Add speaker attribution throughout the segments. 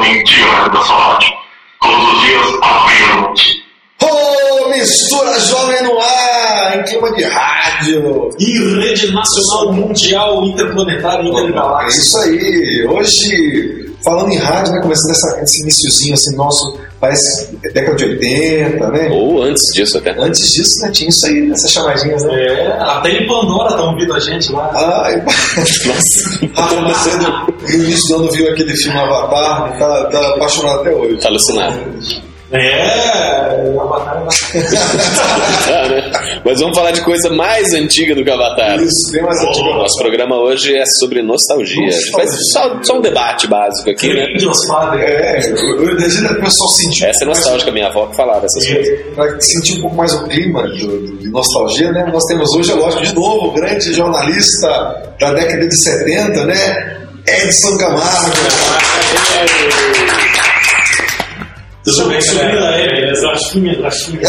Speaker 1: porta da sorte. Todos os dias à meia-noite.
Speaker 2: Oh, mistura jovem no ar, em clima de rádio.
Speaker 3: E rede nacional, mundial, interplanetária,
Speaker 2: É
Speaker 3: intergaláxia.
Speaker 2: isso aí. Hoje, falando em rádio, né, começando essa, esse iniciozinho assim, nosso, parece década de 80, né?
Speaker 4: Ou antes disso até.
Speaker 2: Antes disso, né, tinha isso aí, essas chamadinhas, né?
Speaker 3: É, até em Pandora estão ouvindo a gente lá.
Speaker 2: Ai, Rafa Macedo, no início do ano, viu aquele filme Avatar, tá, tá apaixonado até hoje.
Speaker 4: Tá alucinado.
Speaker 3: É, o Avatar é lá.
Speaker 4: Tá, né? Mas vamos falar de coisa mais antiga do que Avatar.
Speaker 2: Isso, bem mais um antigo.
Speaker 4: Nosso programa hoje é sobre nostalgia. A gente faz só, só um debate básico aqui, né?
Speaker 3: Angels Father.
Speaker 2: É, imagina o pessoal sentir.
Speaker 4: Essa é nostálgica, minha avó que falava essas coisas.
Speaker 3: É.
Speaker 2: Para sentir um pouco mais o clima do- do- de nostalgia, né? Nós temos hoje, é lógico, de novo, o grande jornalista da década de 70, né? Edson Camargo. né?
Speaker 3: Tudo bem, sobrinho da Hebe, né? Zafinha, Zafinha.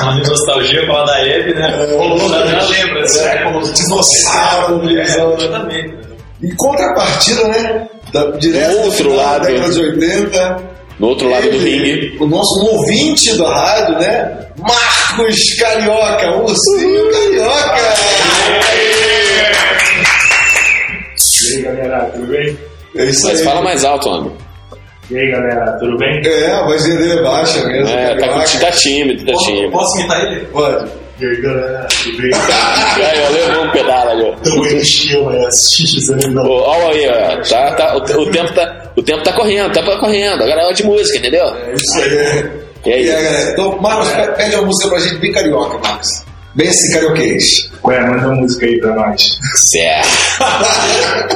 Speaker 3: Falando de nostalgia, falar da Hebe, né? Já lembra, né? Como tá
Speaker 2: Dinossauro, né?
Speaker 3: Exatamente.
Speaker 2: Em contrapartida, né? Da, direto
Speaker 4: Do outro
Speaker 2: da
Speaker 4: lado.
Speaker 2: década de 80.
Speaker 4: No outro lado do ringue.
Speaker 2: O nosso um ouvinte da rádio, né? Marcos Carioca, o ursinho carioca!
Speaker 5: E aí galera, tudo bem?
Speaker 2: É isso
Speaker 4: Mas
Speaker 2: aí.
Speaker 4: fala mais alto, homem.
Speaker 5: E aí galera, tudo bem?
Speaker 2: É, a voz dele é baixa mesmo.
Speaker 4: É, tá, com- tá tímido, tá
Speaker 3: Posso-
Speaker 4: tímido.
Speaker 3: Posso imitar ele?
Speaker 2: Pode.
Speaker 5: E aí galera, tudo bem?
Speaker 4: Aí, ó, levou um pedal ali, ó.
Speaker 5: Tô enchendo as xixis ali
Speaker 4: Ó,
Speaker 5: não.
Speaker 4: ó aí, ó. Tá, tá, o, o tempo tá, o tempo tá correndo, tá correndo. Agora é hora de música, entendeu?
Speaker 2: É isso aí.
Speaker 4: E
Speaker 2: E aí,
Speaker 4: aí?
Speaker 2: galera? Então, Marcos, pe- pede uma música pra gente bem carioca, Marcos. Bem assim, carioquês.
Speaker 5: Ué, manda uma música aí pra nós.
Speaker 4: Certo.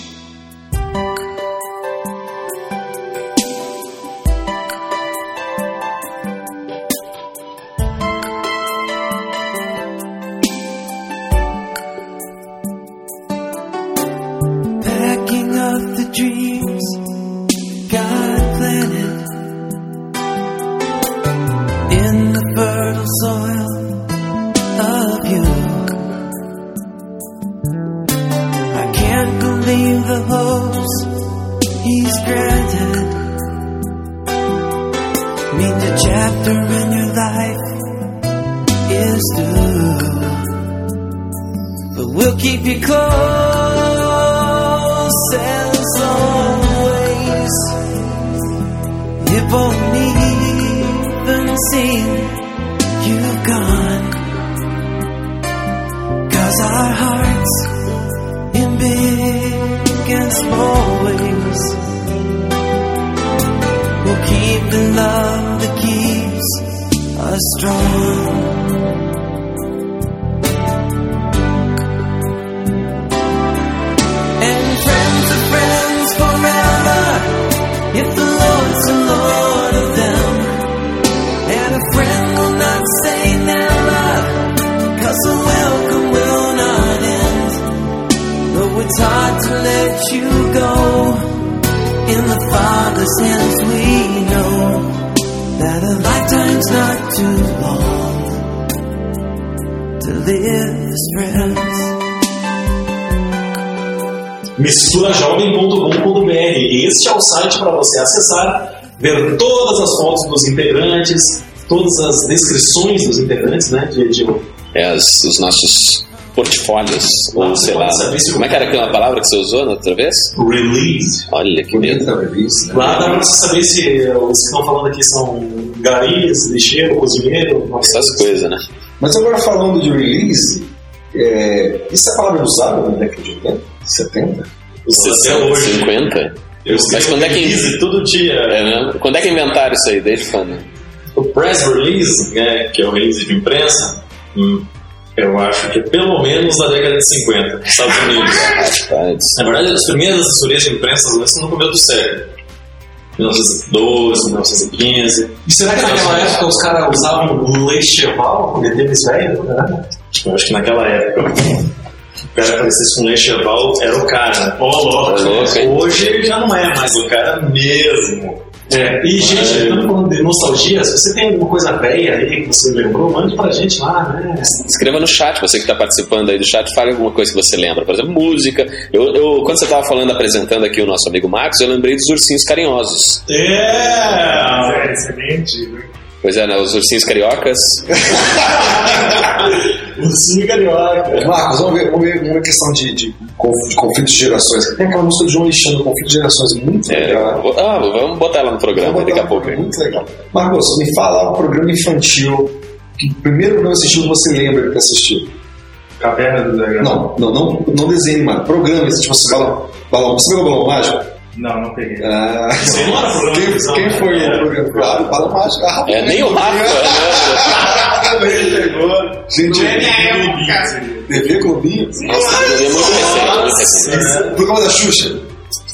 Speaker 6: Packing up the dreams God planted in the fertile soil of you. I can't believe the hopes He's granted. Means a chapter in your life is through but we'll keep you close as always. You won't even see you've gone, cause our hearts in big and small ways will keep the love that keeps us strong. and friends are friends forever. If the Lord's the Lord of them, and a friend will not say never, cause the welcome will not end. But it's hard to let you go. In the Father's hands, we know that a lifetime's not too long to live as friends.
Speaker 3: misturajovem.com.br. Este é o site para você acessar, ver todas as fotos dos integrantes, todas as descrições dos integrantes, né? De, de-
Speaker 4: É, os, os nossos portfólios, ou
Speaker 3: Ah,
Speaker 4: sei lá.
Speaker 3: pode saber se-
Speaker 4: Como é que era aquela palavra que você usou na outra vez?
Speaker 3: release.
Speaker 4: Olha que medo.
Speaker 2: Bonita revista.
Speaker 3: Lá dá para você saber se eh, os que estão falando aqui são garis, lixeiro, cozinheiro,
Speaker 4: Essas coisas, né?
Speaker 2: Mas agora falando de release, é, isso é a palavra usada na década de 80, 70?
Speaker 3: Até
Speaker 4: 60,
Speaker 3: hoje.
Speaker 4: 50?
Speaker 3: Eu
Speaker 4: Mas quando é que-
Speaker 3: release todo dia.
Speaker 4: É, né? Quando é que inventaram isso aí? Desde quando?
Speaker 3: O press release, né, que é o release de imprensa, hum, eu acho que é pelo menos da década de 50, nos Estados Unidos.
Speaker 4: Rapaz.
Speaker 3: Na verdade, as primeiras assessorias de imprensa lançam no começo do século. 1912, 1915.
Speaker 2: E será
Speaker 3: Será que naquela época os caras usavam leite cheval com deteles velho? né? Eu acho que naquela época o cara aparecesse com leite cheval era o cara. né? Ó,
Speaker 4: Tá louco, hein?
Speaker 3: Hoje já não é mais o cara mesmo. É, e, gente, estamos falando de nostalgia. Se você tem alguma coisa velha aí que você lembrou, mande pra gente lá, né?
Speaker 4: Escreva no chat, você que está participando aí do chat, fale alguma coisa que você lembra. Por exemplo, música. Eu, eu- quando você estava falando, apresentando aqui o nosso amigo Marcos, eu lembrei dos ursinhos carinhosos.
Speaker 3: É!
Speaker 5: É, isso é bem antigo. hein?
Speaker 4: Pois é, né? Os ursinhos cariocas.
Speaker 3: Ursinho Carioca.
Speaker 2: Marcos, vamos ver, vamos ver uma questão de, de, conf- de conflito de gerações. né? Tem aquela música do João Alexandre, conflito de gerações, muito
Speaker 4: É,
Speaker 2: legal.
Speaker 4: vou- ah, vamos botar ela no programa
Speaker 2: Vamos
Speaker 4: daqui a
Speaker 2: botar-
Speaker 4: pouco.
Speaker 2: Muito legal. Marcos, me fala um programa infantil. Que primeiro programa assistiu você lembra que assistiu?
Speaker 5: Caverna do Dragão.
Speaker 2: Não, não, não, não desenho, mano. Programa, tipo assim, balão. balão. Você pegou o balão mágico?
Speaker 5: Não, não peguei.
Speaker 2: Ah,
Speaker 3: Você não era programa,
Speaker 2: quem,
Speaker 3: não.
Speaker 2: quem foi o
Speaker 5: É.
Speaker 2: programa? Claro, balão mágico. Ah, tá,
Speaker 4: É, nem o Rafa. né?
Speaker 5: pegou.
Speaker 2: Gente, TV Globinho?
Speaker 4: Nossa, ele é muito recente, muito recente.
Speaker 2: O programa da Xuxa?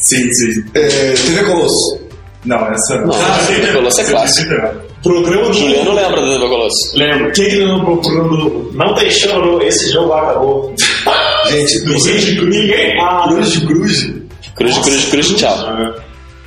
Speaker 5: Sim, sim.
Speaker 2: É, TV Colosso.
Speaker 5: Não, essa não.
Speaker 4: Ah,
Speaker 3: né?
Speaker 4: Juliano Colosso é clássico.
Speaker 3: Programa do
Speaker 4: Juliano lembra do Daniel Colosso.
Speaker 3: Lembro. Quem que não pro programa do. Não tem choro, esse jogo acabou.
Speaker 2: Gente,
Speaker 3: Ninguém de ninguém. Ah,
Speaker 2: Cruz de Cruz.
Speaker 4: Cruz, cruz, cruz, tchau.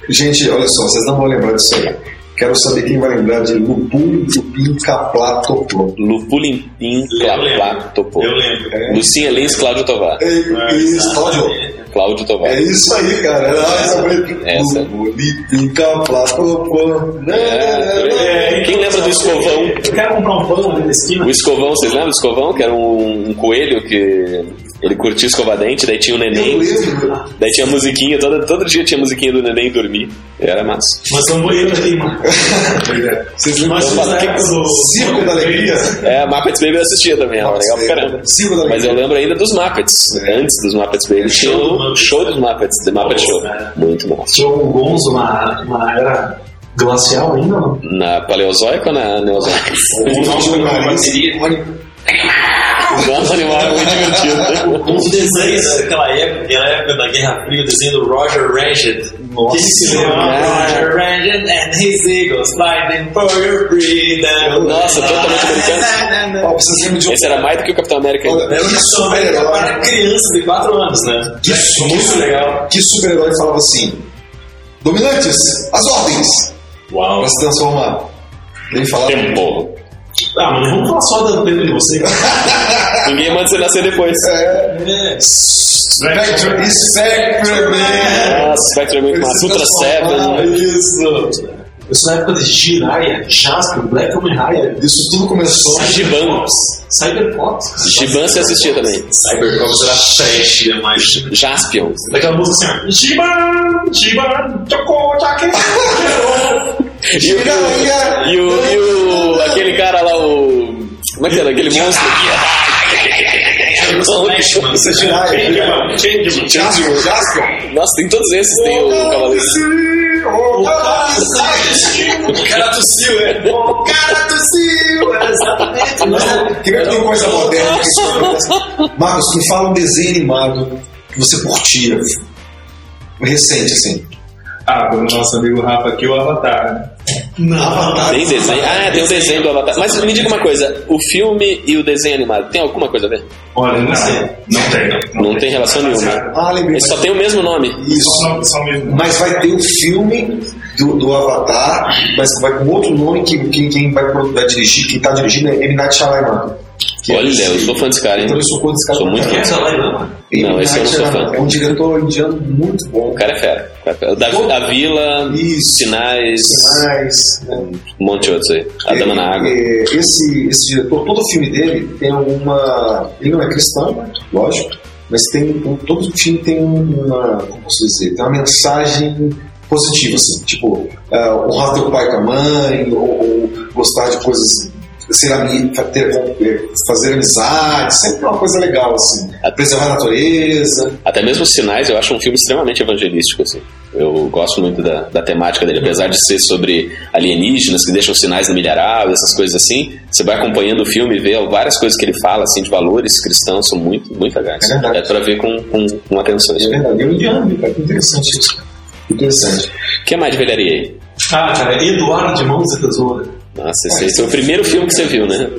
Speaker 2: Gente, olha só, vocês não vão lembrar disso aí. Quero saber quem vai lembrar de Lupum, Lupim, Caplá, Topô.
Speaker 4: Lupulimpim, Claplá, Topô.
Speaker 3: Ah, Eu lembro.
Speaker 2: É,
Speaker 4: Lucinha Lins, Cláudio Tovar.
Speaker 2: é isso, Cláudio.
Speaker 4: Cláudio Tovar.
Speaker 2: É isso aí, cara. Ah, Essa,
Speaker 4: Essa.
Speaker 2: Lupim, Caplá, Topô.
Speaker 4: É, quem lembra do escovão?
Speaker 3: então, Eu quero comprar um pão ali na esquina.
Speaker 4: O escovão, vocês lembram do escovão? Que era um, um coelho que ele curtia escovadente, daí tinha o
Speaker 2: Eu
Speaker 4: neném,
Speaker 2: lembro.
Speaker 4: daí tinha a musiquinha, todo, todo dia tinha a musiquinha do neném dormir. Era massa.
Speaker 3: Mas são banheiros ali, mano.
Speaker 2: Vocês lembram
Speaker 3: Mas
Speaker 2: do
Speaker 3: na época do.
Speaker 2: Circo da Alegria?
Speaker 4: É, Muppets Baby eu assistia também, era legal pra caramba.
Speaker 2: Circo da
Speaker 4: Mas eu
Speaker 2: Alegria.
Speaker 4: lembro ainda dos Muppets. Antes dos Muppets Baby tinha
Speaker 3: show do
Speaker 4: o
Speaker 3: Muppets.
Speaker 4: show dos Muppets, The Muppet Show.
Speaker 3: É.
Speaker 4: Muito bom.
Speaker 3: Tinha um Gonzo na, na era glacial ainda, não?
Speaker 4: Na Paleozoica ou na Neozoica?
Speaker 2: Gonzo Nariz. Olha,
Speaker 4: Bom animal, é muito divertido.
Speaker 3: Um dos desenhos daquela época, aquela época da Guerra Fria, o desenho do Roger Ranchet. Nossa, Quem se lembra?
Speaker 4: Senhora.
Speaker 3: Roger Ranchet and his eagles fighting for your freedom.
Speaker 4: Nossa, totalmente
Speaker 3: americano.
Speaker 2: Ó, vocês lembram de um
Speaker 4: Esse era mais do que o Capitão América ainda.
Speaker 2: Olha,
Speaker 3: Era um super-herói para criança de 4 anos, né? Que é muito legal.
Speaker 2: que super-herói falava assim: Dominantes, as ordens!
Speaker 3: Uau.
Speaker 2: Pra se transformar. Ele falava.
Speaker 4: Tempo.
Speaker 3: Ah, mas vamos falar só do tempo de você.
Speaker 4: Ninguém manda você nascer depois.
Speaker 2: É,
Speaker 3: É.
Speaker 2: Spectre, Spectre Man!
Speaker 4: Nossa, Spectre é muito
Speaker 2: Ele se
Speaker 4: massa. Ultra
Speaker 2: transformava,
Speaker 4: Seven.
Speaker 2: Isso!
Speaker 3: Isso na época de Jiraiya, Jasper, Black Kamen Rider,
Speaker 2: Isso tudo começou.
Speaker 4: Giban.
Speaker 3: Cybercops.
Speaker 4: Giban você assistia também.
Speaker 3: Cybercops era trash demais.
Speaker 4: Jaspion.
Speaker 3: Daquela música assim, ó. Jiban, Jiban, tocou, taque.
Speaker 4: E o, e o, e o- aquele cara lá, o. Como é que era? Aquele monstro aqui.
Speaker 2: Você tirar ele.
Speaker 3: Changeman.
Speaker 2: Jasper, Jasper!
Speaker 4: Nossa, tem todos esses. Tem o Cavaleiro.
Speaker 2: O
Speaker 3: Cara do Sil,
Speaker 2: né?
Speaker 3: é. O cara do Sil, é exatamente.
Speaker 2: Não, que tem coisa moderna que isso acontece. Marcos, me fala um desenho animado que você curtia. Recente, assim.
Speaker 5: Ah, do nosso amigo Rafa aqui, o Avatar. né?
Speaker 2: Avatar.
Speaker 4: Tem desenho. Ah, tem o desenho do Avatar. Mas me diga uma coisa: o filme e o desenho animado tem alguma coisa a ver?
Speaker 5: Olha, não
Speaker 3: sei.
Speaker 5: Não tem.
Speaker 4: Não tem relação nenhuma.
Speaker 2: Ah, lembrei.
Speaker 4: Eles só tem o mesmo nome.
Speaker 2: Isso.
Speaker 5: Só, só mesmo.
Speaker 2: Mas vai ter o filme do, do Avatar, mas vai com outro nome que que- quem vai, pro- vai dirigir, quem tá dirigindo é M. Night Shyamalan. Que é
Speaker 4: Olha,
Speaker 2: esse-
Speaker 4: eu sou fã desse cara, hein?
Speaker 2: Então eu sou fã desse cara.
Speaker 4: Sou
Speaker 2: pra
Speaker 4: muito
Speaker 2: caralho.
Speaker 4: fã.
Speaker 3: lá,
Speaker 5: né?
Speaker 3: não.
Speaker 2: M.
Speaker 4: Não, esse eu
Speaker 2: Night
Speaker 4: não sou fã.
Speaker 2: Shyamalan É um diretor indiano muito bom.
Speaker 4: O cara é fera. O cara é fera. Da, a Vila,
Speaker 2: Isso.
Speaker 4: Sinais,
Speaker 2: Mas, né,
Speaker 4: um monte de outros aí. A Dama na Água.
Speaker 2: é, esse, esse diretor, todo filme dele tem alguma. Ele não é cristão, né, lógico, mas tem, um- todo filme tem um, uma. Como posso dizer? Tem uma mensagem positiva, assim, tipo, ah, honrar teu pai com a mãe, ou, ou gostar de coisas. Ser ami- ter, eh, fazer amizade, sempre uma coisa legal, assim. Preservar a natureza.
Speaker 4: Até mesmo os Sinais eu acho um filme extremamente evangelístico, assim. Eu gosto muito da, da temática dele, apesar de ser sobre alienígenas que deixam sinais no milharal, essas coisas assim. Você vai acompanhando o filme e vê várias coisas que ele fala, assim, de valores cristãos, são muito, muito legais.
Speaker 2: É verdade.
Speaker 4: É pra ver com, com, com atenção.
Speaker 2: É
Speaker 4: isso.
Speaker 2: verdade. Eu indiano, cara, que interessante isso. Interessante.
Speaker 4: O que mais de velharia aí?
Speaker 3: Ah, cara, Eduardo de Mãos e Tesoura.
Speaker 4: Nossa, esse, esse foi o primeiro filme que você viu, né?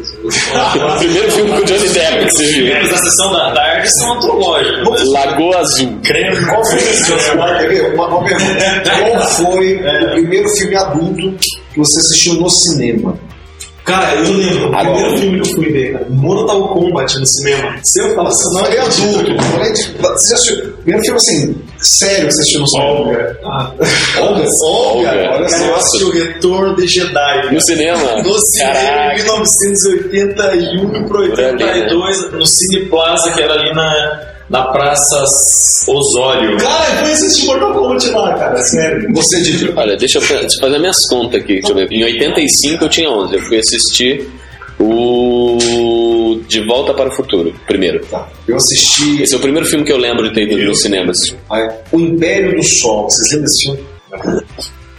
Speaker 2: Ah.
Speaker 4: O primeiro filme com o Johnny Depp que vocês
Speaker 3: Os
Speaker 4: viram.
Speaker 2: É.
Speaker 3: filmes da sessão da tarde
Speaker 4: é
Speaker 3: são antológicos. né?
Speaker 4: Lagoa Azul.
Speaker 3: Creme,
Speaker 2: Qual foi Quer ver? Uma, uma pergunta.
Speaker 3: É,
Speaker 2: Qual foi o primeiro filme adulto que você assistiu no cinema?
Speaker 3: Cara, eu lembro. O
Speaker 4: Ah,
Speaker 3: primeiro
Speaker 4: bom.
Speaker 3: filme que eu fui ver, cara, Mortal Kombat no cinema. Se eu falasse, não,
Speaker 2: Falei
Speaker 3: eu
Speaker 2: é adulto. Falei, tipo, você assistiu? Primeiro filme assim, sério que você assistiu no cinema?
Speaker 5: Olga.
Speaker 3: Ah,
Speaker 2: Olga?
Speaker 4: Olga.
Speaker 2: olha
Speaker 3: cara, eu
Speaker 2: só.
Speaker 3: assisti o Retorno de Jedi.
Speaker 4: No cinema.
Speaker 3: No cinema, em
Speaker 4: Caraca.
Speaker 3: 1981 pro
Speaker 4: Por ali, né?
Speaker 3: 82, no Cine Plaza, que era ali na, na Praça Osório.
Speaker 5: Cara, eu conheci esse Mortal Kombat lá, cara, sério.
Speaker 2: Você, Didi.
Speaker 4: Olha, deixa eu fa- deixa eu fazer minhas contas aqui. Deixa eu ver. Em 85 eu tinha 11. Eu fui assistir o De Volta para o Futuro, primeiro.
Speaker 2: Tá. Eu assisti
Speaker 4: Esse é o primeiro filme que eu lembro de ter ido no cinema. assistir.
Speaker 2: é, O Império do Sol. Vocês lembram desse filme?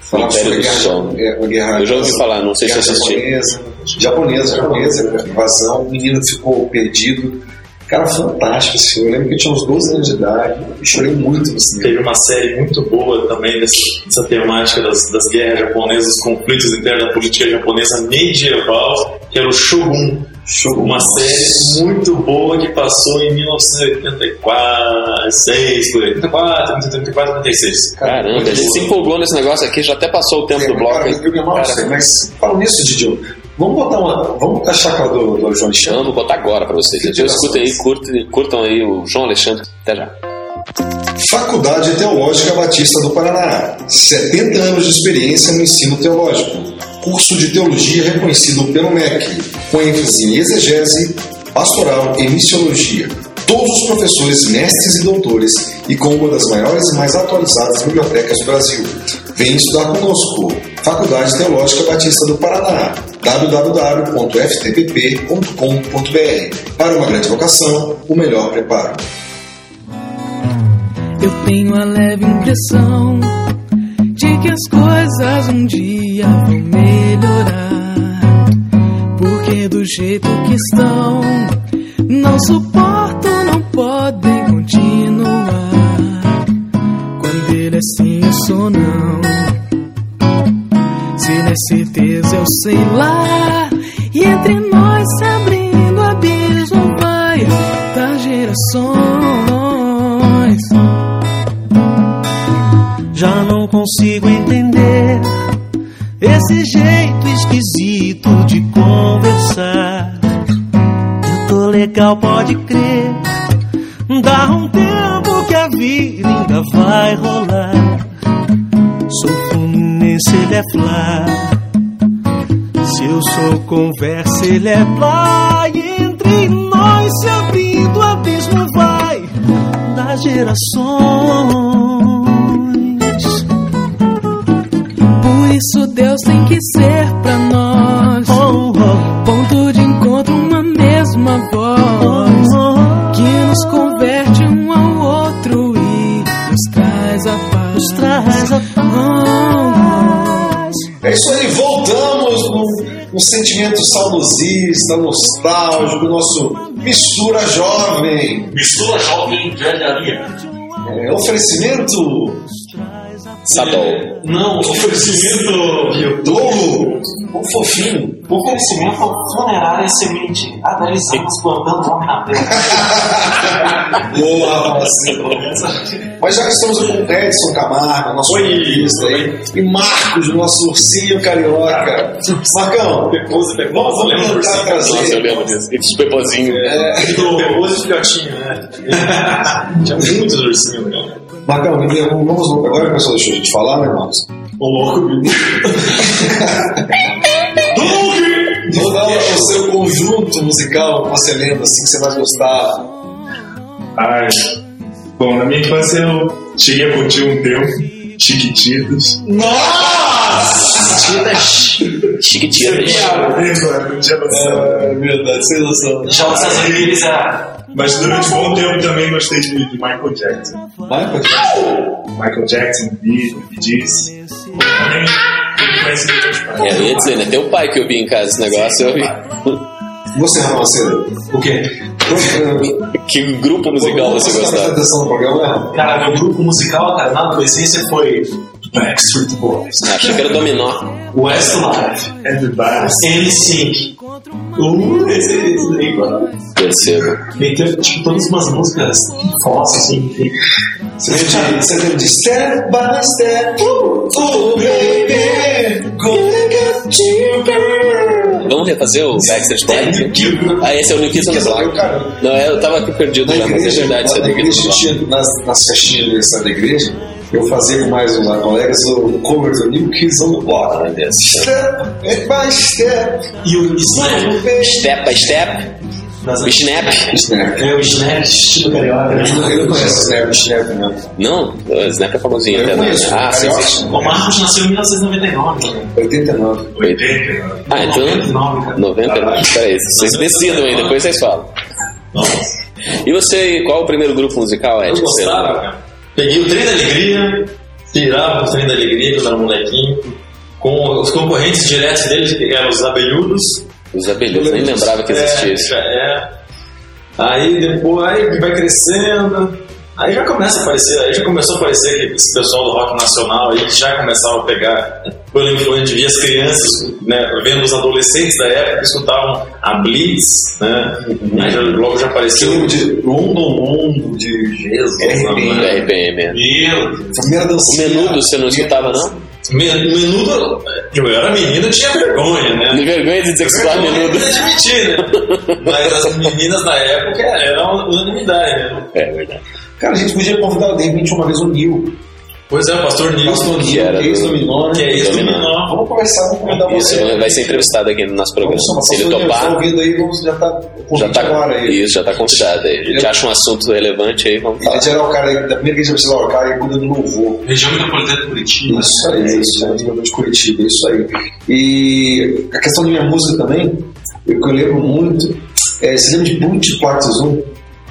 Speaker 2: Falava
Speaker 4: Império
Speaker 2: sobre a
Speaker 4: do Sol.
Speaker 2: é, uma guerra-
Speaker 4: Eu já ouvi falar, não sei se eu
Speaker 2: guerra
Speaker 4: assisti.
Speaker 2: japonesa, japonesa, japonesa, invasão, o menino ficou perdido. Cara, fantástico esse filme. Eu lembro que eu tinha uns 12 anos de idade e chorei muito no cinema.
Speaker 3: Teve uma série muito boa também dessa, dessa temática das, das guerras japonesas, os conflitos internos da política japonesa medieval, que era o Shogun.
Speaker 2: Show.
Speaker 3: Uma série muito boa que passou em 1984, 6, por aí, 84, 84, 86.
Speaker 4: Caramba, a gente se empolgou nesse negócio aqui, já até passou o tempo do bloco.
Speaker 2: Cara,
Speaker 4: hein?
Speaker 2: eu queria falar pra você,
Speaker 4: Cara,
Speaker 2: mas falando nisso, Didio, vamos botar uma. Vamos botar a chácara do, do João Alexandre.
Speaker 4: eu vou botar agora pra vocês. Então escutem aí, curtem, curtam aí o João Alexandre. Até já.
Speaker 2: Faculdade Teológica Batista do Paraná. 70 anos de experiência no ensino teológico. Curso de teologia reconhecido pelo MEC, com ênfase em exegese, pastoral e missiologia. Todos os professores, mestres e doutores e com uma das maiores e mais atualizadas bibliotecas do Brasil. Vem estudar conosco. Faculdade Teológica Batista do Paraná. www.ftpp.com.br. Para uma grande vocação, o melhor preparo.
Speaker 6: Eu tenho a leve impressão de que as coisas um dia vão melhorar. Porque do jeito que estão, não suportam, não podem continuar. Quando ele é sim, eu sou não. Se ele é certeza, eu sei lá. E entre nós se abrindo abismo, vai das gerações. Já não consigo entender esse jeito esquisito de conversar. Eu tô legal, pode crer. Dá um tempo que a vida ainda vai rolar. Sou Fluminense, ele é Flá. Se eu sou conversa, ele é Blá. E entre nós se abrindo o abismo vai das gerações. Por isso Deus tem que ser pra nós oh. ponto de encontro, uma mesma voz que nos converte um ao outro e nos traz a paz. Nos traz a paz.
Speaker 2: É isso aí, voltamos com um sentimento saudosista, nostálgico, nosso Mistura Jovem.
Speaker 1: Mistura jovem em velharia.
Speaker 2: É, oferecimento
Speaker 4: Tá Sadol.
Speaker 3: Não, oferecimento
Speaker 2: Douro, um fofinho.
Speaker 7: Oferecimento funerária semente. Adolescentes plantando homem na terra.
Speaker 2: Boa, rapaz. Mas já que estamos com o Edson Camargo, nosso jornalista aí, e Marcos, nosso ursinho carioca. Marcão,
Speaker 3: Peposo e Peposo, eu lembro por
Speaker 2: tá
Speaker 3: cima.
Speaker 4: Nossa, eu
Speaker 2: prazer.
Speaker 4: lembro disso. Esse pepozinho.
Speaker 3: Do Peposo e do Gatinho, né? Tinha muitos ursinhos, né?
Speaker 2: Marcão, me deu- vamos agora que o pessoal deixou a gente falar, né, Marcos?
Speaker 3: Ô, louco,
Speaker 2: Vou dar o seu conjunto musical que você lembra, assim, que você mais gostava.
Speaker 5: Ai. Bom, na minha infância eu cheguei a curtir um tempo, Chiquititas.
Speaker 4: Chiquititas.
Speaker 5: Lembra? né? Não tinha noção.
Speaker 2: É verdade, sem noção.
Speaker 7: Já os Azuis a
Speaker 5: Mas durante um bom tempo também gostei de, de Michael Jackson.
Speaker 2: Michael
Speaker 5: Michael Jackson, Bee Gees. Também conheci meus pais.
Speaker 4: É, eu ia dizer, né? Teu pai que eu vi em casa esse negócio, eu vi.
Speaker 2: Você, Ramon, você.
Speaker 3: O quê?
Speaker 4: Que grupo musical você
Speaker 2: prestando
Speaker 4: gostava?
Speaker 2: atenção no programa?
Speaker 3: Cara, meu grupo musical, cara, na adolescência foi Backstreet Boys,
Speaker 4: Ah, Achei que era dominó.
Speaker 3: Westlife,
Speaker 5: Everybody.
Speaker 3: NSYNC,
Speaker 7: Uh, esse, esse daí, mano.
Speaker 4: Percebo.
Speaker 7: Ele tem tipo, todas umas músicas fortes, assim. que-
Speaker 2: Você lembra de- você lembra de Step by Step, uh, uh, baby, gonna get you girl.
Speaker 4: Então, Vamos refazer o Backstreet Boys? Ah, esse é o New Kids on the Block.
Speaker 2: Cara,
Speaker 4: Não, é, eu tava aqui perdido
Speaker 2: Na
Speaker 4: já, mas é
Speaker 2: igreja,
Speaker 4: verdade, isso é
Speaker 2: na
Speaker 4: New Kids on
Speaker 2: igreja
Speaker 4: the Block.
Speaker 2: tinha, nas, nas festinhas de aniversário da igreja, eu fazia com mais um lá, colegas, o cover do New Kids on the Block.
Speaker 4: Ah, meu Deus.
Speaker 2: Step by step,
Speaker 7: E o Snap.
Speaker 2: baby.
Speaker 4: Step by step,
Speaker 7: das-
Speaker 4: snap.
Speaker 2: Snap.
Speaker 7: É o
Speaker 3: né?
Speaker 7: Snap, estilo carioca. né?
Speaker 2: Eu não conheço Snap, Snap, não.
Speaker 4: Não, o snap é famosinho
Speaker 2: Eu
Speaker 4: até, né?
Speaker 2: conheço.
Speaker 4: Ah, sim, sim.
Speaker 2: Carioca.
Speaker 7: O Marcos nasceu em 1999, né?
Speaker 2: 89.
Speaker 4: Ah, então.
Speaker 7: 99, cara.
Speaker 4: 99, peraí, vocês decidam aí, depois vocês falam. E você, qual o primeiro grupo musical, Ed?
Speaker 3: Eu
Speaker 4: que você
Speaker 3: gostava,
Speaker 4: lembra?
Speaker 3: cara. Peguei o trem da alegria, tirava o trem da alegria quando era molequinho, com os concorrentes diretos deles, que eram os abelhudos.
Speaker 4: Os abelhudos, nem lembrava que existia isso.
Speaker 3: É, é. Aí depois aí vai crescendo. Aí já começa a aparecer, aí já começou a aparecer que esse pessoal do rock nacional aí que já começava a pegar. Quando eu lembro de ver as crianças, né, vendo os adolescentes da época que escutavam a Blitz, né?
Speaker 4: Uhum.
Speaker 3: Aí já- logo já apareceu.
Speaker 2: Eu lembro de London Mundo, de Jesus.
Speaker 3: mano.
Speaker 2: RBM.
Speaker 4: Da RPM.
Speaker 3: Meu Deus.
Speaker 2: Primeira
Speaker 4: né? O
Speaker 2: dancinha.
Speaker 4: menudo você não escutava, não?
Speaker 3: Men- Menudo, eu era menino, eu tinha vergonha, né?
Speaker 4: Me vergonha de dizer que escutava
Speaker 3: Vergonha
Speaker 4: menudo.
Speaker 3: de admitir, né? Mas as meninas na época eram unanimidade, né?
Speaker 4: É verdade.
Speaker 2: Cara, a gente podia convidar de repente uma vez o Neil.
Speaker 3: Pois é, o pastor Nilson,
Speaker 2: Pastor
Speaker 4: que
Speaker 2: Neil,
Speaker 4: era do-
Speaker 2: ex-dominó, né?
Speaker 3: que é isso,
Speaker 4: Dominó.
Speaker 3: menor.
Speaker 2: Vamos conversar, vamos convidar
Speaker 4: Isso
Speaker 2: você.
Speaker 4: vai ser entrevistado aqui no nosso programa.
Speaker 2: Vamos chamar
Speaker 4: Se ele
Speaker 2: pastor Neil, tá
Speaker 4: topar,
Speaker 2: ouvindo aí, vamos já tá com
Speaker 4: já tá,
Speaker 2: agora aí.
Speaker 4: isso, já tá convidado aí. A gente acha um assunto relevante aí, vamos
Speaker 2: Ele
Speaker 4: falar.
Speaker 2: é geral, o cara aí, da primeira igreja brasileira, o cara aí cuida do louvor.
Speaker 7: Região Metropolitana de Curitiba.
Speaker 2: Isso aí, isso aí, jogador de Curitiba, isso aí. E a questão da minha música também, o que eu lembro muito, é, você lembra de Boot 401?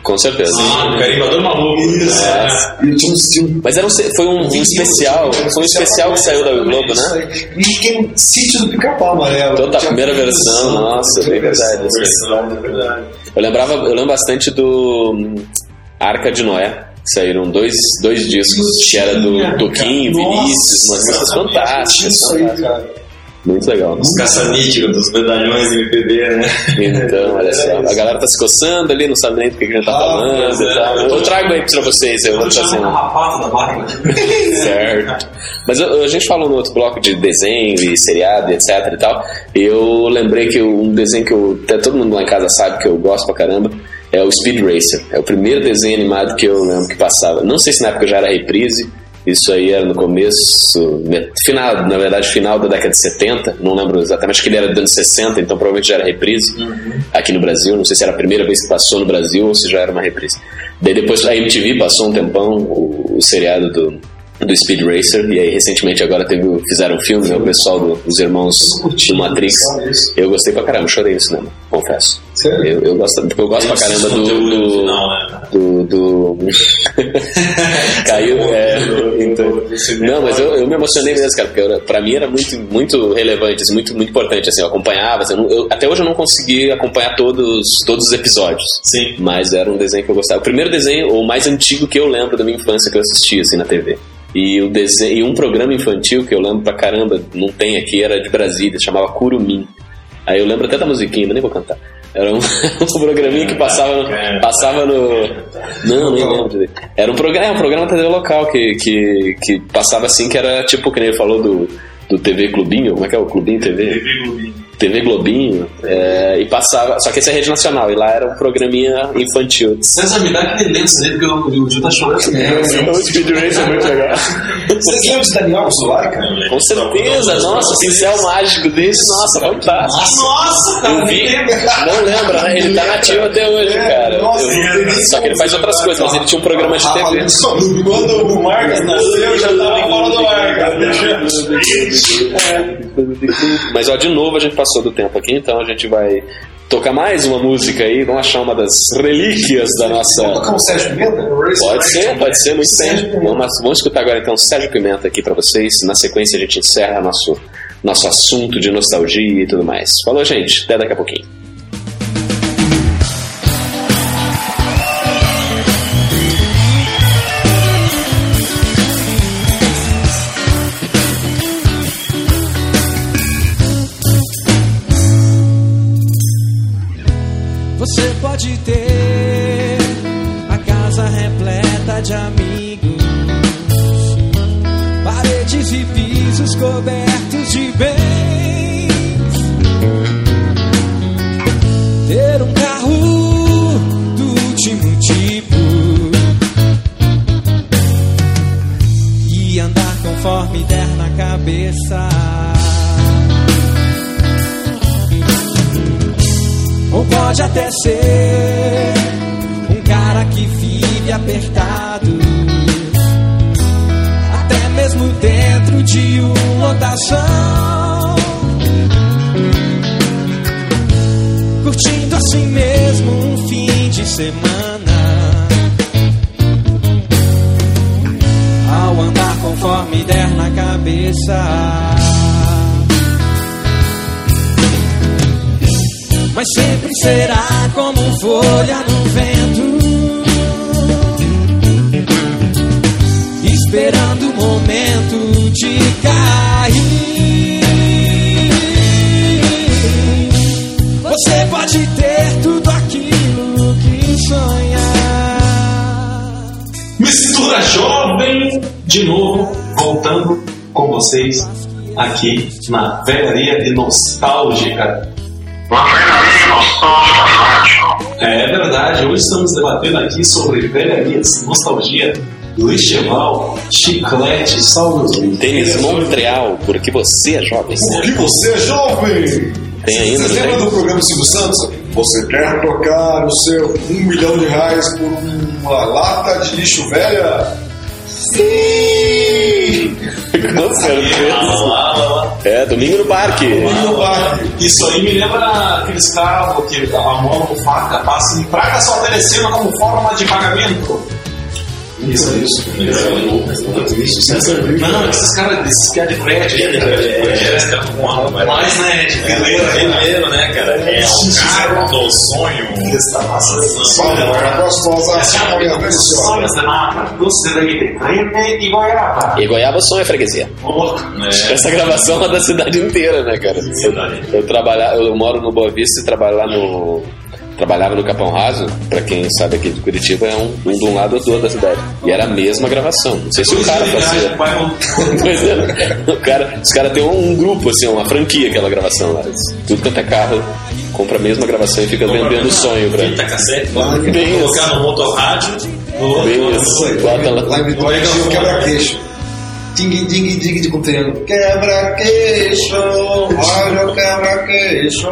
Speaker 4: Com certeza.
Speaker 3: Ah, o carimbador maluco. É, né? Isso.
Speaker 2: E eu tinha um filme.
Speaker 4: Mas era um, foi um, É. um especial, foi um especial que saiu da Globo, né?
Speaker 2: E tem Sítio do Pica-Pau Amarelo.
Speaker 4: Toda a
Speaker 2: Tinha
Speaker 4: primeira
Speaker 2: muita
Speaker 4: versão,
Speaker 2: versão,
Speaker 4: nossa,
Speaker 2: muita
Speaker 4: bem
Speaker 2: versão.
Speaker 4: verdade, isso
Speaker 3: é
Speaker 4: Eu lembrava, eu lembro bastante do hum, Arca de Noé. que Saíram dois, dois discos, que era do Toquinho,
Speaker 2: Nossa,
Speaker 4: Vinícius, umas músicas fantásticas.
Speaker 2: Isso aí, cara.
Speaker 4: Muito legal. né?
Speaker 3: Os caça-nítico dos medalhões MPB, né?
Speaker 4: Então, olha só, a galera tá se coçando ali, não sabe nem do que a gente tá falando e tal. Eu trago aí pra vocês, eu vou
Speaker 7: Eu
Speaker 3: Assim.
Speaker 7: chamo
Speaker 4: trazer
Speaker 7: da
Speaker 4: um.
Speaker 7: rapata da barba.
Speaker 4: Certo. Mas eu- a gente falou no outro bloco de desenho e seriado, e etc e tal. E eu lembrei que eu- um desenho que eu, até todo mundo lá em casa sabe que eu gosto pra caramba é o Speed Racer. É o primeiro desenho animado que eu lembro que passava. Não sei se na época já era reprise. Isso aí era no começo, met- final, na verdade, final da década de 70, não lembro exatamente, acho que ele era dos anos 60, então provavelmente já era reprise aqui no Brasil. Não sei se era a primeira vez que passou no Brasil ou se já era uma reprise. Daí depois a MTV passou um tempão o, o seriado do, do Speed Racer e aí recentemente agora teve, o- fizeram um filme, né, o pessoal do- dos irmãos do Matrix. Eu gostei pra caramba, chorei no cinema, confesso.
Speaker 2: Sério?
Speaker 4: Eu, eu gosto, porque eu gosto pra caramba do do,
Speaker 3: né?
Speaker 4: do, do- caiu, é, então. Não, mas eu, eu me emocionei mesmo, cara, porque eu, era- pra mim era muito muito relevante, assim, muito muito importante assim, eu acompanhava, assim, eu não- eu- até hoje eu não consegui acompanhar todos todos os episódios.
Speaker 3: Sim.
Speaker 4: Mas era um desenho que eu gostava. O primeiro desenho, ou mais antigo que eu lembro da minha infância que eu assistia assim na TV. E, o desenho, e um programa infantil que eu lembro pra caramba, não tem aqui, era de Brasília, chamava Curumim. Aí eu lembro até da musiquinha, mas nem vou cantar. Era um, um programinha que passava no. Passava no não, nem lembro. direito. Era um programa, é, um programa da TV local que, que, que passava assim, que era tipo, que nem ele falou do, do TV Clubinho, como é que é o Clubinho TV? TV Globinho é, e passava. Só que esse é rede nacional e lá era um programinha infantil.
Speaker 7: César, me dá aquele lenço dele que o o Gil tá chorando.
Speaker 4: O Speed Racer é muito legal.
Speaker 2: Vocês lembram de Daniel Zulai, cara?
Speaker 4: Com certeza, nossa, o pincel mágico dele, né? nossa, fantástico.
Speaker 7: Nossa, cara,
Speaker 4: Eu vi, não lembra, né? Ele tá nativo até hoje,
Speaker 3: É,
Speaker 4: cara.
Speaker 2: nossa,
Speaker 4: Eu-
Speaker 2: delícia.
Speaker 4: só que ele é faz outras coisas, mas ele tinha um programa
Speaker 3: Ah,
Speaker 4: de
Speaker 2: Rafa
Speaker 4: TV.
Speaker 2: Lins, Quando o Marcos nasceu, já tava fora do ar, cara.
Speaker 4: Mas ó, de novo a gente passou do tempo aqui, então a gente vai tocar mais uma música aí, vamos achar uma das relíquias da
Speaker 2: Vamos
Speaker 4: nossa.
Speaker 2: tocar um Sérgio Pimenta?
Speaker 4: Pode ser, pode ser, muito
Speaker 2: Sérgio
Speaker 4: bem.
Speaker 2: Pimenta.
Speaker 4: Vamos, vamos escutar agora então Sérgio Pimenta aqui pra vocês. Na sequência a gente encerra nosso, nosso assunto de nostalgia e tudo mais. Falou, gente. Até daqui a pouquinho.
Speaker 6: pode até ser um cara que vive apertado, até mesmo dentro de uma lotação, curtindo assim mesmo um fim de semana. Ao andar conforme der na cabeça. mas sempre será como folha no vento, esperando o momento de cair. Você pode ter tudo aquilo que sonhar.
Speaker 3: Mistura Jovem, de novo, voltando com vocês aqui na velharia de nostálgica.
Speaker 1: Uma verdadeira nostálgica rádio.
Speaker 3: É verdade, hoje estamos debatendo aqui sobre velharias, nostalgia, Licheval, chiclete, saldos
Speaker 4: Tênis Montreal, porque você é jovem.
Speaker 2: Porque você é jovem!
Speaker 4: Tem né? ainda,
Speaker 2: Você
Speaker 4: não
Speaker 2: lembra
Speaker 4: tem?
Speaker 2: do programa do Silvio Santos? Você quer trocar o seu um milhão de reais por uma lata de lixo velha? Sim!
Speaker 4: Com certeza.
Speaker 3: Ah, lá, lá, lá.
Speaker 4: É, domingo no parque.
Speaker 2: E no parque.
Speaker 3: Isso aí me lembra aqueles carros que a mão com faca passa em praga só oferecendo como forma de pagamento. Isso, isso. Não, esses caras, esses caras de crédito, né, cara? Mas, né, de veleiro, veleiro, né, cara? É um carro do sonho. Está passando
Speaker 2: Olha, a gostosa assim, olha, vem, senhora.
Speaker 7: Sonhos da mata, doce da Guilherme e Goiaba.
Speaker 4: E Goiaba o som é freguesia. Essa gravação é da cidade inteira, né, cara? Eu, eu, trabalha, eu moro no Boa Vista e trabalho lá no. Trabalhava no Capão Raso, pra quem sabe aqui de Curitiba, é um, um de um lado ou do outro da cidade. E era a mesma gravação. Não sei se o cara fazia. Pois é, o cara, os caras têm um, um grupo, assim, uma franquia aquela gravação lá. Tudo quanto é carro, compra a mesma gravação e fica vendendo o sonho pra.
Speaker 3: Fita cassete,
Speaker 4: Bem
Speaker 3: colocar
Speaker 4: isso.
Speaker 3: no motorrádio,
Speaker 4: Bem isso. Bota
Speaker 2: Lá
Speaker 4: lá.
Speaker 2: em Vitória tinha o quebra-queixo. Ding, ding, ding, de compreendo. Quebra-queixo, olha o quebra-queixo.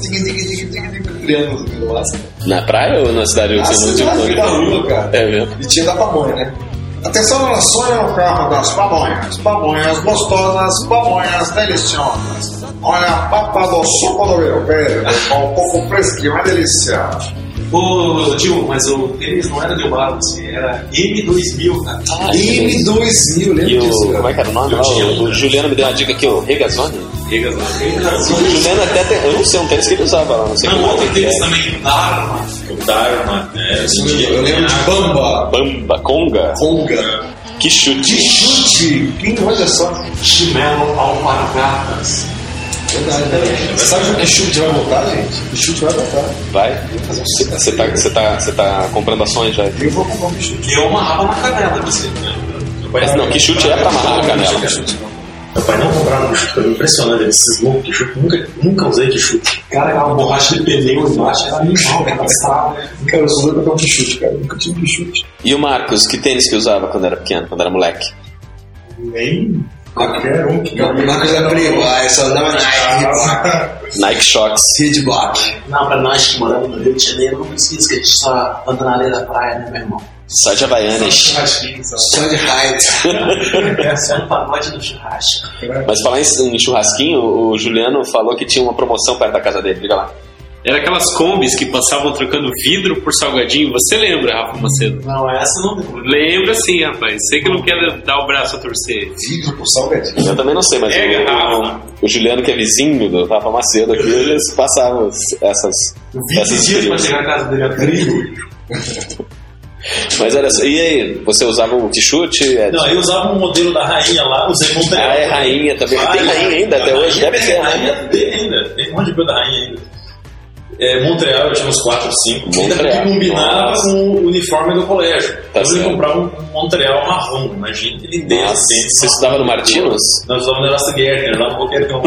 Speaker 2: Ding, ding, ding, ding, de compreendo. Nossa,
Speaker 4: Na praia ou na cidade onde você não tinha
Speaker 2: cidade da rua, cara.
Speaker 4: É mesmo.
Speaker 2: E tinha da pamonha, né? Atenção, ela sonha no carro das pamonhas. Pamonhas gostosas, pamonhas deliciosas. Olha a papa do suco do meu pé. Um pouco fresquinho, uma delícia.
Speaker 3: Ô, Gil, mas o tênis não era de Barros, era M2000, cara.
Speaker 2: M2000, lembra
Speaker 4: E o.
Speaker 2: disso,
Speaker 4: Como
Speaker 2: cara?
Speaker 4: é que era o nome? lá? O, o Juliano me deu uma dica aqui, o Regazone. O
Speaker 3: M2000.
Speaker 4: Juliano até tem. Eu não sei um tênis que ele usava lá, não sei
Speaker 3: Não,
Speaker 4: como
Speaker 3: outro
Speaker 4: é que
Speaker 3: deles
Speaker 4: é.
Speaker 3: também, Dharma. O Dharma, né?
Speaker 2: Eu lembro de Bamba,
Speaker 4: Bamba, Conga,
Speaker 2: Conga,
Speaker 4: que chute.
Speaker 2: de chute. Quem olha só?
Speaker 3: Chinelo Alpargatas.
Speaker 2: Verdade, né? Sabe o que chute vai voltar, gente? Que chute vai voltar.
Speaker 4: Vai. Você tá, você tá, você tá comprando ações já.
Speaker 2: Eu vou comprar um que chute.
Speaker 3: Eu amarrava na canela, você. né? Meu pai-
Speaker 4: Não, que chute é pra amarrar a canela.
Speaker 3: Meu pai não comprava no chute, foi impressionante. Ele cismou que chute, nunca, nunca usei que chute. Cara, aquela borracha de pneu embaixo era animal, era estrada, né?
Speaker 2: Cara, eu sou doido pra comprar um que chute, cara. Nunca tive que chute.
Speaker 4: E o Marcos, que tênis que usava quando era pequeno, quando era moleque?
Speaker 5: Nem qualquer um que
Speaker 2: Não, o Marcos é primo, ah, tá. essa dava Nike,
Speaker 4: Nike Shox.
Speaker 2: Seed Block.
Speaker 7: Não, pra nós que moramos no Rio de Janeiro, não esqueça que a gente só anda na areia da praia, né, meu irmão?
Speaker 4: Só de Havaianas.
Speaker 2: Sandy Hyde.
Speaker 7: Só no pagode do churrasco.
Speaker 4: Mas falar em, em churrasquinho, o Juliano falou que tinha uma promoção perto da casa dele. Diga lá.
Speaker 8: Era aquelas combis que passavam trocando vidro por salgadinho. Você lembra, Rafa Macedo?
Speaker 7: Não, essa não lembro.
Speaker 8: Lembra sim, rapaz. Sei que não quer dar o braço a torcer.
Speaker 2: Vidro por salgadinho.
Speaker 4: Eu também não sei, mas
Speaker 8: É, garrafa.
Speaker 4: o, o Juliano, que é vizinho do Rafa Macedo aqui, eles passavam essas.
Speaker 3: 20
Speaker 4: essas
Speaker 3: dias pra chegar na casa dele a trigo.
Speaker 4: Mas olha só, e aí? Você usava o que chute? Ed?
Speaker 3: Não, eu usava um modelo da rainha lá, usei um Montreal.
Speaker 4: Ah, é rainha também. Tem rainha ainda até hoje, deve
Speaker 8: é
Speaker 3: tem
Speaker 4: ter, né?
Speaker 3: rainha, Tem ainda, tem um monte de coisa da rainha ainda. É, Montreal eu tinha uns 4 ou 5.
Speaker 4: Montreal,
Speaker 3: que combinava
Speaker 4: nossa.
Speaker 3: com o uniforme do colégio.
Speaker 4: Tá
Speaker 3: então ele
Speaker 4: certo.
Speaker 3: comprava um Montreal marrom, imagina. Ele deu
Speaker 4: Nossa,
Speaker 3: assim.
Speaker 4: você estudava no Martinos?
Speaker 3: Nós usávamos o negócio Gertner, lá no qualquer um.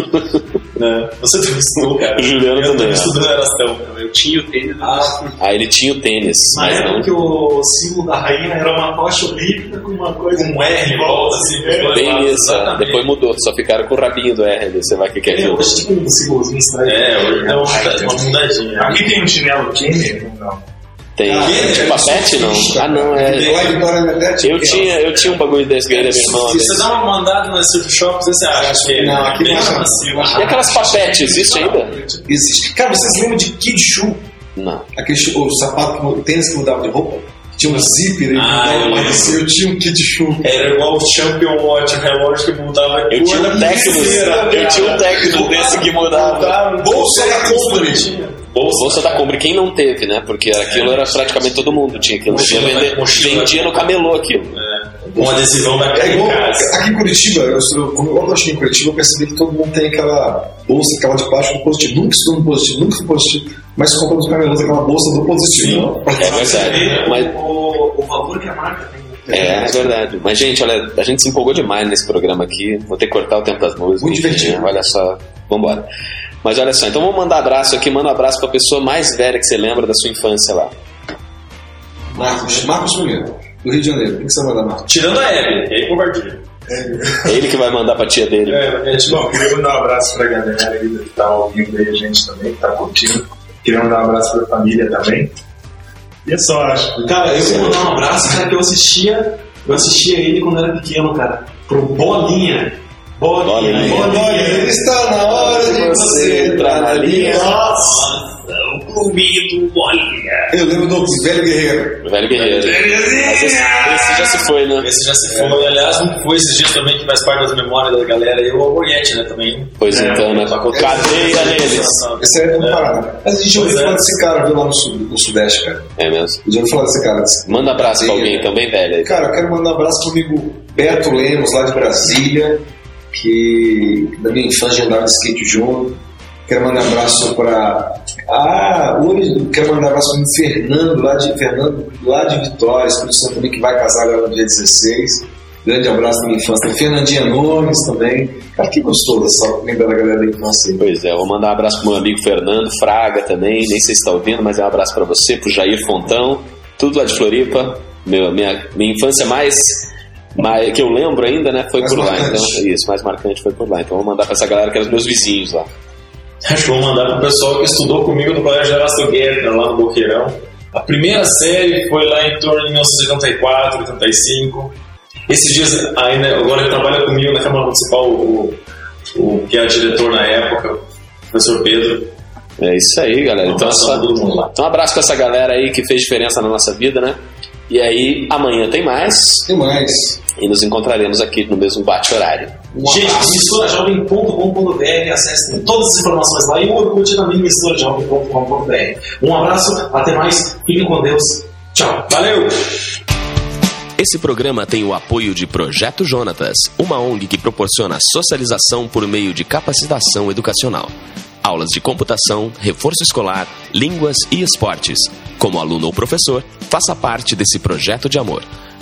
Speaker 3: né? Você também estudou, cara.
Speaker 4: Juliano
Speaker 3: eu
Speaker 4: também, né?
Speaker 3: estudando oração.
Speaker 8: Eu tinha o tênis.
Speaker 3: Ah,
Speaker 4: Ah, ele tinha o tênis,
Speaker 3: na
Speaker 4: mas não.
Speaker 3: época que o símbolo da rainha era uma tocha olímpica com uma coisa, um R em volta, assim, dos dois
Speaker 4: Bem
Speaker 3: lados,
Speaker 4: isso, ah,
Speaker 3: exatamente.
Speaker 4: depois mudou, só ficaram com o rabinho do R, você vai que quer
Speaker 3: É,
Speaker 4: ver.
Speaker 3: hoje tem um símbolozinho estranho. É, hoje é uma mudadinha.
Speaker 5: Aqui tem um chinelo
Speaker 3: né?
Speaker 5: Kenner?
Speaker 3: Então,
Speaker 5: Não.
Speaker 4: Tem de papete, não? Ah, não,
Speaker 2: Lá
Speaker 4: é.
Speaker 2: em Vitória na verdade,
Speaker 4: Eu tinha, eu tinha um bagulho desse que eu dei minha irmã uma
Speaker 3: Se
Speaker 4: vez.
Speaker 3: você dá uma mandada nas surf shops, você acha que é
Speaker 2: Não, aqui
Speaker 3: bem
Speaker 2: não.
Speaker 3: macio.
Speaker 4: E aquelas papetes, existe ainda?
Speaker 2: Existe. Cara, vocês lembram de Kid Shoe?
Speaker 4: Não.
Speaker 2: Aquele chu- o sapato, o tênis que mudava de roupa? Que tinha um zíper aí,
Speaker 3: Ah,
Speaker 2: mudava,
Speaker 3: eu
Speaker 2: mas eu tinha um Kid Shoe.
Speaker 3: Era igual o Champion Watch, o relógio que mudava a
Speaker 4: Eu
Speaker 3: cor
Speaker 4: tinha
Speaker 3: da
Speaker 4: um Tecnos,
Speaker 3: pulseira,
Speaker 4: eu
Speaker 3: é cara.
Speaker 4: tinha um Tecnos desse que mudava.
Speaker 7: um
Speaker 2: Bolsa da Company.
Speaker 4: Bolsa, bolsa da Compre, quem não teve, né? Porque aquilo era praticamente todo mundo tinha aquilo. Podia
Speaker 3: Mochila,
Speaker 4: vender,
Speaker 3: né? Mochila.
Speaker 4: vendia no camelô aquilo.
Speaker 3: Um adesivão da
Speaker 2: É igual,
Speaker 3: Kamikaze.
Speaker 2: aqui em Curitiba, eu, sou- quando eu cheguei em Curitiba, eu percebi que todo mundo tem aquela bolsa, aquela de plástico do positivo. Nunca estudou no positivo, nunca foi positivo, mas compra nos camelôs aquela bolsa do positivo. né?
Speaker 4: É verdade. Mas
Speaker 7: O, o valor que a marca tem.
Speaker 4: É, é verdade. Mas, gente, olha, a gente se empolgou demais nesse programa aqui. Vou ter que cortar o tempo das músicas.
Speaker 2: Muito divertido.
Speaker 4: É, Olha só, vambora. Mas olha só, então vamos mandar abraço aqui. Manda um abraço pra pessoa mais velha que você lembra da sua infância lá.
Speaker 2: Marcos, Marcos Mineiro, do Rio de Janeiro. O que você vai mandar, Marcos?
Speaker 3: Tirando a Hebe, que aí compartilha.
Speaker 4: É ele que vai mandar pra tia dele.
Speaker 5: É, gente, bom, queria mandar um abraço pra galera aí que tá ouvindo aí a gente também, que tá curtindo. Queria mandar um abraço pra família também. E é só, acho.
Speaker 7: Cara, eu vou mandar um abraço, cara, que eu assistia. Eu assistia ele quando era pequeno, cara. Pro Bolinha. Bolinha.
Speaker 4: Bolinha.
Speaker 2: Olha, está na hora de você entrar na linha.
Speaker 7: Nossa, o clube do Bolinha.
Speaker 2: Eu lembro do Velho Guerreiro.
Speaker 4: Velho guerreiro. Mas esse, esse já se foi, né?
Speaker 3: Esse já se foi. Aliás, um foi esses dias também que faz parte das memórias da galera. E o Alborguete, né, também.
Speaker 4: Pois
Speaker 5: É.
Speaker 4: então,
Speaker 2: tá
Speaker 4: né? Cadeia neles.
Speaker 2: Essa é uma parada. Mas a gente ouviu
Speaker 3: Pois é.
Speaker 2: falar desse cara viu, lá no, sul, no Sudeste, cara.
Speaker 4: É mesmo.
Speaker 2: Eu já ouvi falar desse cara. Desse...
Speaker 4: Manda abraço pra
Speaker 2: é.
Speaker 4: alguém também, velho.
Speaker 2: Cara, eu quero mandar um abraço pro amigo Beto Lemos, lá de Brasília, que da minha infância andava de skate junto. Quero mandar um abraço pra. Ah, hoje quero mandar um abraço pro Fernando, lá de, Fernando, lá de Vitória, Espírito Santo também, que vai casar agora no dia 16. Grande abraço da minha infância. Tem Fernandinha Nunes também. Cara, que gostoso só lembrar da galera da infância aí.
Speaker 4: Pois é, eu vou mandar um abraço pro meu amigo Fernando Fraga também, nem sei se está ouvindo, mas é um abraço pra você, pro Jair Fontão, tudo lá de Floripa. Meu, minha, minha infância mais, mais- que eu lembro ainda, né, foi
Speaker 2: Mais
Speaker 4: por lá.
Speaker 2: marcante.
Speaker 4: Então, isso, mais marcante foi por lá. Então vou mandar pra essa galera que eram os meus vizinhos lá.
Speaker 3: Acho que vou mandar pro pessoal que estudou comigo no Colégio Erasto Guerra, lá no Boqueirão. A primeira série foi lá em torno de 1984, 85. Esses dias, ainda, agora que trabalha comigo na Câmara Municipal, o, o que era diretor na época, o professor Pedro.
Speaker 4: É isso aí, galera.
Speaker 3: Um
Speaker 4: Então,
Speaker 3: abraço
Speaker 4: essa-
Speaker 3: pra todo mundo lá.
Speaker 4: então um abraço pra essa galera aí que fez diferença na nossa vida, né? E aí, amanhã tem mais
Speaker 2: Tem mais.
Speaker 4: e nos encontraremos aqui no mesmo bate-horário.
Speaker 3: Gente, misturajovem.com.br, acessem todas as informações lá e o Orkut também misturajovem.com.br. Um abraço, até mais, fiquem com Deus. Tchau. Valeu!
Speaker 9: Esse programa tem o apoio de Projeto Jonatas, uma ONG que proporciona socialização por meio de capacitação educacional. Aulas de computação, reforço escolar, línguas e esportes. Como aluno ou professor, faça parte desse projeto de amor.